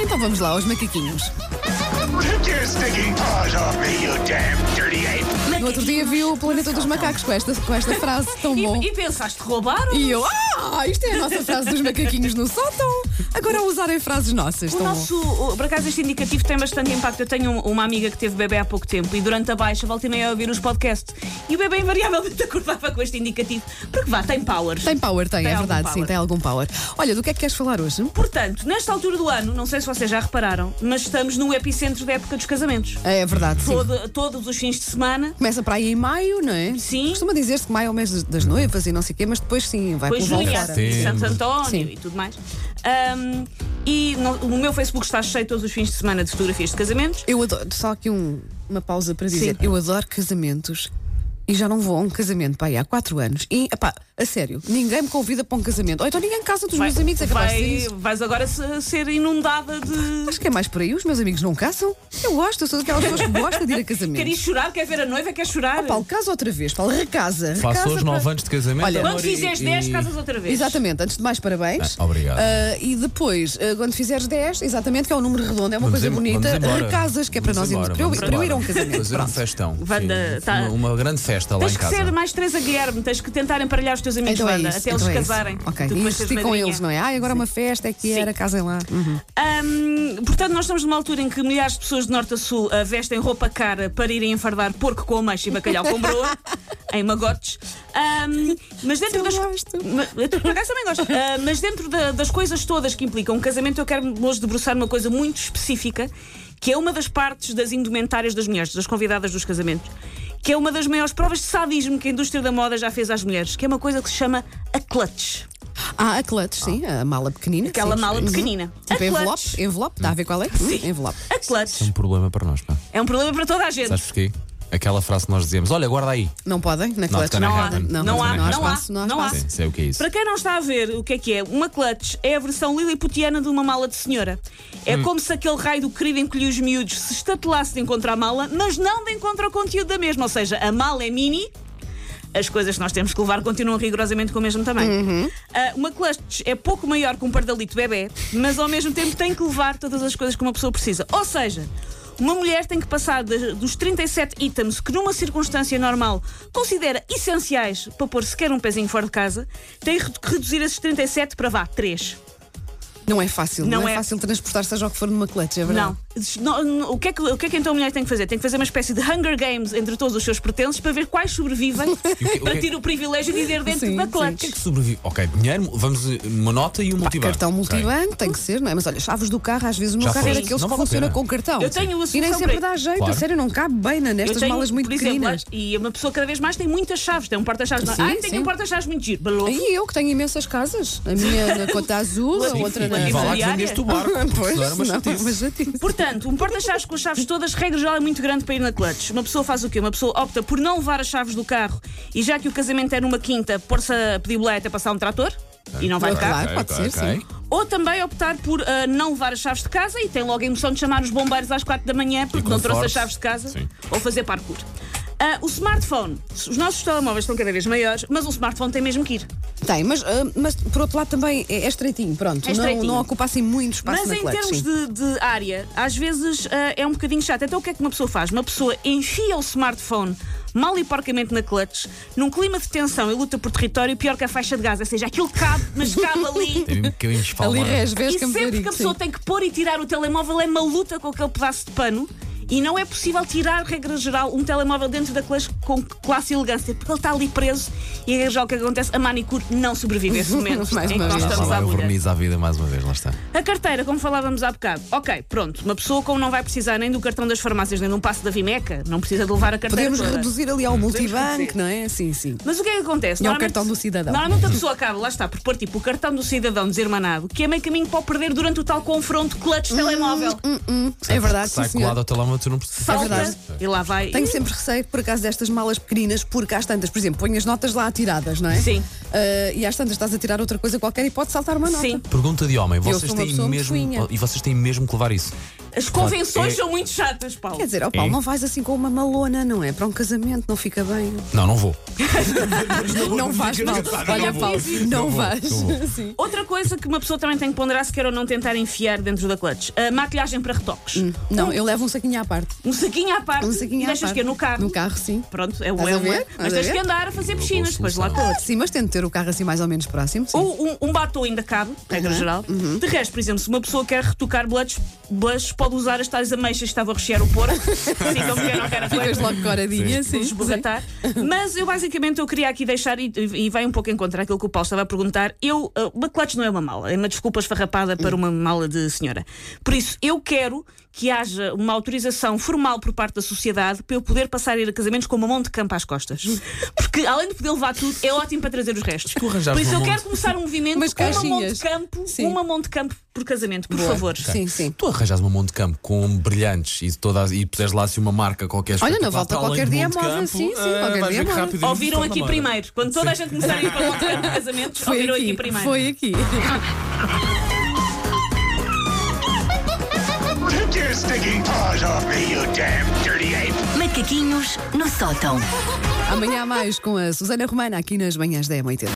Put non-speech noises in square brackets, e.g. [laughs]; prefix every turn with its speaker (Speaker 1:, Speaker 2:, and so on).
Speaker 1: Então vamos lá aos macaquinhos.
Speaker 2: Take your stinking paws off me, you damn dirty ape!
Speaker 3: é
Speaker 1: No outro dia vi o Planeta dos Macacos com esta, com esta frase tão bom.
Speaker 3: E, e pensaste, roubaram?
Speaker 1: E eu, ah, isto é a nossa frase dos macaquinhos no sótão. Agora a usarem frases nossas.
Speaker 3: O
Speaker 1: tão bom.
Speaker 3: nosso, o- por acaso, este indicativo tem bastante impacto. Eu tenho um- uma amiga que teve bebê há pouco tempo e durante a baixa volta e meia a ouvir os podcasts. E o bebê invariavelmente [laughs] acordava com este indicativo. Porque vá, tem powers.
Speaker 1: Tem power, tem,
Speaker 3: Tem
Speaker 1: é
Speaker 3: algum
Speaker 1: verdade, sim,
Speaker 3: power.
Speaker 1: tem algum power. Olha, do que é que queres falar hoje?
Speaker 3: Portanto, nesta altura do ano, não sei se vocês já repararam, mas estamos no epicentro da época dos casamentos.
Speaker 1: É verdade, sim.
Speaker 3: Todo- todos os fins de semana.
Speaker 1: Começa para aí em maio, não é?
Speaker 3: Sim.
Speaker 1: Costuma dizer-se que maio é o mês das noivas e não sei o quê, mas depois sim, vai
Speaker 3: Foi
Speaker 1: por volta.
Speaker 3: Júlia, é
Speaker 1: fora.
Speaker 4: Sim.
Speaker 3: Santo António
Speaker 1: Sim.
Speaker 3: e tudo mais. Ahm, e no- o meu Facebook está cheio todos os fins de semana de fotografias de casamentos.
Speaker 1: Eu adoro, só aqui um- uma pausa para dizer,
Speaker 3: Sim.
Speaker 1: eu adoro casamentos e já não vou a um casamento pá, aí há quatro anos. E, epá, a sério, ninguém me convida para um casamento. Ou então ninguém casa dos meus amigos, é capaz de ser
Speaker 3: vai,
Speaker 1: isso.
Speaker 3: vais agora se- ser inundada de.
Speaker 1: Acho que é mais por aí, os meus amigos não casam. Eu gosto, eu sou daquelas pessoas que gosta de ir a
Speaker 3: Queres
Speaker 1: casamentos.
Speaker 3: chorar? Quer ver a noiva? Quer chorar?
Speaker 1: Ah, Paulo, casa outra vez, Paulo, recasa.
Speaker 4: Faço
Speaker 1: recasa
Speaker 4: hoje
Speaker 1: para-
Speaker 4: 9 anos de casamento.
Speaker 1: Olha,
Speaker 4: amor,
Speaker 3: Quando
Speaker 4: e-
Speaker 3: fizeres 10,
Speaker 4: e-
Speaker 3: casas outra vez.
Speaker 1: Exatamente, antes de mais, parabéns.
Speaker 4: Ah, obrigado.
Speaker 1: Ah, e depois, ah, quando fizeres 10, exatamente, que é um número redondo, é uma
Speaker 4: Vamos
Speaker 1: coisa
Speaker 4: em-
Speaker 1: bonita,
Speaker 4: vamos embora.
Speaker 1: recasas, que é para nós
Speaker 4: Vamos
Speaker 1: irmos.
Speaker 4: embora,
Speaker 1: Para eu,
Speaker 4: vamos
Speaker 1: para eu ir a um
Speaker 4: embora.
Speaker 1: casamento.
Speaker 4: Fazer um festão.
Speaker 3: Vanda,
Speaker 4: sim.
Speaker 3: tá.
Speaker 4: Uma, uma grande festa lá
Speaker 3: Tens
Speaker 4: em
Speaker 3: que
Speaker 4: casa.
Speaker 3: ser mais Teresa Guilherme, tens que tentar emparelhar os teus amigos
Speaker 1: Então é
Speaker 3: Wanda,
Speaker 1: isso,
Speaker 3: até
Speaker 1: então
Speaker 3: eles
Speaker 1: é isso.
Speaker 3: casarem.
Speaker 1: Ok,
Speaker 3: Tu
Speaker 1: e
Speaker 3: depois tens
Speaker 1: esticam
Speaker 3: madrinha.
Speaker 1: eles, não é? Ah, agora uma festa, é que
Speaker 3: Sim.
Speaker 1: era, casem lá. Uhum.
Speaker 3: Ahm, portanto, nós estamos numa altura em que milhares de pessoas de norte a sul ah, vestem roupa cara para irem enfardar porco com ameixa e bacalhau
Speaker 1: [laughs]
Speaker 3: com broa, em magotes. Ahm, mas dentro
Speaker 1: Eu
Speaker 3: das.
Speaker 1: gosto.
Speaker 3: Ma- eu Por acaso também gosto. Ah, mas dentro da- das coisas todas que implicam um casamento, eu quero hoje debruçar numa coisa muito específica, que é uma das partes das indumentárias das mulheres, das convidadas dos casamentos, que é uma das maiores provas de sadismo que a indústria da moda já fez às mulheres, que é uma coisa que se chama a clutch.
Speaker 1: Ah, a clutch, sim, a mala pequenina.
Speaker 3: Oh. Aquela
Speaker 1: sim.
Speaker 3: mala
Speaker 1: Uhum.
Speaker 3: pequenina.
Speaker 1: Tipo
Speaker 3: A
Speaker 1: envelope,
Speaker 3: clutch.
Speaker 1: envelope, está a ver qual é? Hum, Envelope.
Speaker 3: A clutch
Speaker 4: Um problema para nós, pá.
Speaker 3: é um problema para toda a gente.
Speaker 4: Sabes porquê? Aquela frase que nós dizemos: Olha, guarda aí.
Speaker 1: Não podem, na clutch.
Speaker 4: gonna
Speaker 3: Não há,
Speaker 4: happen.
Speaker 3: não,
Speaker 4: Não
Speaker 3: há,
Speaker 4: há
Speaker 3: não, há,
Speaker 1: espaço, não há
Speaker 3: não há.
Speaker 1: espaço.
Speaker 4: Sim, sei o que é isso.
Speaker 3: Para quem não está a ver o que é que é, uma clutch é a versão liliputiana de uma mala de senhora. É como se aquele raio do querido encolhiu os miúdos se estatelasse de encontrar a mala, mas não de encontrar o conteúdo da mesma. Ou seja, a mala é mini, as coisas que nós temos que levar continuam rigorosamente com o mesmo tamanho. Ah, uma clutch é pouco maior que um pardalito bebê, mas ao mesmo tempo tem que levar todas as coisas que uma pessoa precisa. Ou seja, uma mulher tem que passar de- dos 37 itens que, numa circunstância normal, considera essenciais para pôr sequer um pezinho fora de casa, tem que reduzir esses 37 para vá, 3.
Speaker 1: Não é fácil, não,
Speaker 3: Não
Speaker 1: é,
Speaker 3: é.
Speaker 1: fácil transportar seja o que for numa clutch, é verdade?
Speaker 3: Não. Não, não, O que, é que, o que é que então a mulher tem que fazer? Tem que fazer uma espécie de Hunger Games entre todos os seus pertences para ver quais sobrevivem,
Speaker 4: que- o
Speaker 3: para
Speaker 4: que-
Speaker 3: ter o privilégio de ir dentro
Speaker 1: Sim,
Speaker 3: da
Speaker 1: sim.
Speaker 3: clutch.
Speaker 4: é Que sobrevive. Ok, dinheiro, vamos uma nota e um multibanco.
Speaker 1: Cartão
Speaker 4: Ok.
Speaker 1: multibanco tem que ser, não é? Mas olha, chaves do carro, às vezes o meu
Speaker 4: Já
Speaker 1: carro é
Speaker 4: foste.
Speaker 1: daqueles
Speaker 4: Não
Speaker 1: que
Speaker 4: vale a
Speaker 1: funciona
Speaker 4: pena.
Speaker 1: com cartão.
Speaker 3: Eu tenho uma
Speaker 1: E nem
Speaker 3: solução
Speaker 1: sempre
Speaker 3: para
Speaker 1: dá jeito,
Speaker 4: Claro.
Speaker 1: a sério, não cabe bem né, nestas
Speaker 3: Eu tenho,
Speaker 1: malas muito
Speaker 3: por exemplo,
Speaker 1: pequeninas.
Speaker 3: acho- e uma pessoa cada vez mais tem muitas chaves, tem um porta-chaves.
Speaker 1: Sim,
Speaker 3: Ai,
Speaker 1: sim.
Speaker 3: tem um porta-chaves muito giro. Balou.
Speaker 1: E eu que tenho imensas casas. A minha na Cota Azul, a
Speaker 3: Sim,
Speaker 1: outra
Speaker 3: sim.
Speaker 1: na.
Speaker 4: E vá lá que
Speaker 3: Imobiliária.
Speaker 4: vendeste o barco. porque
Speaker 1: [laughs] Pois,
Speaker 4: senão era uma
Speaker 1: não,
Speaker 4: chatice.
Speaker 1: mas já tive.
Speaker 3: Portanto, um porta-chaves com as chaves todas, regra geral, é muito grande para ir na clutch. Uma pessoa faz o quê? Uma pessoa opta por não levar as chaves do carro e já que o casamento é numa quinta, pôr-se a pedir boleta a passar um trator
Speaker 4: É.
Speaker 3: e não vai
Speaker 1: Claro,
Speaker 3: cá.
Speaker 1: claro. Ah, pode
Speaker 4: Ok,
Speaker 1: ser,
Speaker 4: ok.
Speaker 1: sim.
Speaker 3: Ou também optar por ah, não levar as chaves de casa e tem logo a emoção de chamar os bombeiros às 4 da manhã porque
Speaker 4: com
Speaker 3: não trouxe as
Speaker 4: forte.
Speaker 3: chaves de casa
Speaker 4: Sim.
Speaker 3: ou fazer parkour. Ah, o smartphone. Os nossos telemóveis estão cada vez maiores, mas um smartphone tem mesmo que ir.
Speaker 1: Tem, mas, ah, mas por outro lado também é, é estreitinho, pronto.
Speaker 3: É estreitinho.
Speaker 1: Não, não ocupa assim muito espaço
Speaker 3: Mas
Speaker 1: na
Speaker 3: em
Speaker 1: clutch.
Speaker 3: termos
Speaker 1: sim.
Speaker 3: de, de área, às vezes ah, é um bocadinho chato. Então o que é que uma pessoa faz? Uma pessoa enfia o smartphone mal e porcamente na clutch, num clima de tensão e luta por território, pior que a faixa de gás. Ou seja, aquilo cabe, mas cabe
Speaker 1: [laughs]
Speaker 3: ali.
Speaker 4: Tem um bocadinho de espalmar.
Speaker 1: Ali resvés
Speaker 3: e sempre que a pessoa
Speaker 1: é sim.
Speaker 3: tem que pôr e tirar o telemóvel, é uma luta com aquele pedaço de pano. E não é possível tirar, regra geral, um telemóvel dentro da clutch com classe e elegância, porque ele está ali preso e, regra geral, o que acontece? A manicure não sobrevive a
Speaker 1: [laughs]
Speaker 3: esse momento
Speaker 1: Mais
Speaker 3: em que
Speaker 1: uma
Speaker 3: nós
Speaker 1: vez.
Speaker 4: Lá
Speaker 3: estamos
Speaker 4: vai
Speaker 3: à
Speaker 4: o
Speaker 3: bolha.
Speaker 4: verniz à vida mais uma vez, lá está.
Speaker 3: A carteira, como falávamos há bocado, ok, pronto, uma pessoa como não vai precisar nem do cartão das farmácias, nem de um passo da Vimeca, não precisa de levar a carteira
Speaker 1: Podemos
Speaker 3: toda.
Speaker 1: reduzir ali ao multibanco,
Speaker 3: reduzir.
Speaker 1: não é? Sim, sim.
Speaker 3: Mas o que é que acontece?
Speaker 1: E ao
Speaker 3: Normalmente-
Speaker 1: cartão do cidadão.
Speaker 3: Normalmente a pessoa acaba, lá está, por pôr tipo o cartão do cidadão desirmanado, que é meio caminho para o perder durante o tal confronto
Speaker 1: Hum,
Speaker 3: clutch-telemóvel.
Speaker 1: É verdade, sim,
Speaker 4: Sai
Speaker 1: senhor.
Speaker 4: colado ao telemóvel, tu não precisas.
Speaker 3: Salta
Speaker 1: é verdade.
Speaker 3: e lá vai.
Speaker 1: Tenho sempre receio, por acaso, destas malas pequeninas, porque às tantas, por exemplo, ponho as notas lá atiradas, não é?
Speaker 3: Sim.
Speaker 1: Ah, e às tantas estás a tirar outra coisa qualquer e pode saltar uma nota.
Speaker 3: Sim.
Speaker 4: Pergunta de homem,
Speaker 1: Eu
Speaker 4: vocês
Speaker 1: sou uma
Speaker 4: têm
Speaker 1: pessoa muito
Speaker 4: mesmo
Speaker 1: ruinha.
Speaker 4: e vocês têm mesmo que levar isso.
Speaker 3: As convenções
Speaker 4: é-
Speaker 3: são muito chatas, Paulo.
Speaker 1: Quer dizer, ó Paulo,
Speaker 4: É.
Speaker 1: não vais assim com uma malona, não é? Para um casamento não fica bem.
Speaker 4: Não, não vou.
Speaker 1: Não vais, Paulo. Olha, Paulo, não vais. Sim.
Speaker 3: Outra coisa que uma pessoa também tem que ponderar se quer ou não tentar enfiar dentro da clutch: a maquilhagem para retoques.
Speaker 1: Não, eu levo um saquinho à parte.
Speaker 3: Um saquinho à parte.
Speaker 1: Um saquinho
Speaker 3: e
Speaker 1: à
Speaker 3: deixas
Speaker 1: parte.
Speaker 3: que é no carro.
Speaker 1: No carro, sim.
Speaker 3: Pronto, é o
Speaker 1: Estás
Speaker 3: é
Speaker 1: a
Speaker 3: uma.
Speaker 1: ver? Estás
Speaker 3: Mas
Speaker 1: a
Speaker 3: tens
Speaker 1: ver?
Speaker 3: que andar a fazer
Speaker 4: Boa
Speaker 3: piscinas, depois lá
Speaker 4: solução.
Speaker 3: com
Speaker 1: Sim, mas tento ter o carro assim mais ou menos próximo. Sim.
Speaker 3: Ou um, um batom ainda cabe, regra
Speaker 1: Uhum,
Speaker 3: geral. De resto, por exemplo, se uma pessoa quer retocar blush, blush pode usar as tais ameixas que estava a rechear o
Speaker 1: [laughs]
Speaker 3: porco. Ficam melhor não quero a
Speaker 1: Ficas
Speaker 3: coisa.
Speaker 1: logo coradinha, sim. sim.
Speaker 3: Desbogatar. Mas eu basicamente eu queria aqui deixar, e, e vai um pouco em contra aquilo que o Paulo estava a perguntar. Eu, uh, uma clutch não é uma mala, é uma desculpa esfarrapada para uma mala de senhora. Por isso, eu quero que haja uma autorização formal por parte da sociedade para eu poder passar a ir a casamentos com uma mão de campo às costas. Porque além de poder levar tudo, é ótimo para trazer os restos.
Speaker 4: Tu arranjaste
Speaker 3: Por isso, eu
Speaker 4: uma mão
Speaker 3: quero
Speaker 4: de-
Speaker 3: começar um movimento
Speaker 1: Umas
Speaker 3: com uma mão de
Speaker 1: caixinhas.
Speaker 3: campo,
Speaker 1: Sim.
Speaker 3: uma mão de campo por casamento, por
Speaker 1: Boa.
Speaker 3: favor.
Speaker 1: Sim, sim.
Speaker 4: Tu arranjas uma mão de campo com brilhantes e, todas, e puseres lá assim uma marca qualquer
Speaker 1: Olha,
Speaker 4: espetacular
Speaker 1: na volta,
Speaker 4: para além
Speaker 1: qualquer
Speaker 4: do
Speaker 1: dia
Speaker 4: Monte
Speaker 1: é moda,
Speaker 4: Campo,
Speaker 1: sim, sim,
Speaker 4: eh,
Speaker 1: qualquer
Speaker 4: vais
Speaker 1: dia é
Speaker 4: ver que
Speaker 1: moda.
Speaker 4: rapidamente
Speaker 3: Ouviram
Speaker 4: se torna
Speaker 3: aqui
Speaker 4: moda.
Speaker 3: primeiro. Quando toda a gente começar a ir para o mão de campo de casamentos,
Speaker 1: Foi
Speaker 3: ouviram aqui
Speaker 1: aqui,
Speaker 3: primeiro.
Speaker 1: foi aqui.
Speaker 2: Take your stinking paws off me, you damn dirty ape!
Speaker 5: Macaquinhos no sótão.
Speaker 1: Amanhã há mais com a Susana Romana aqui nas manhãs da M80.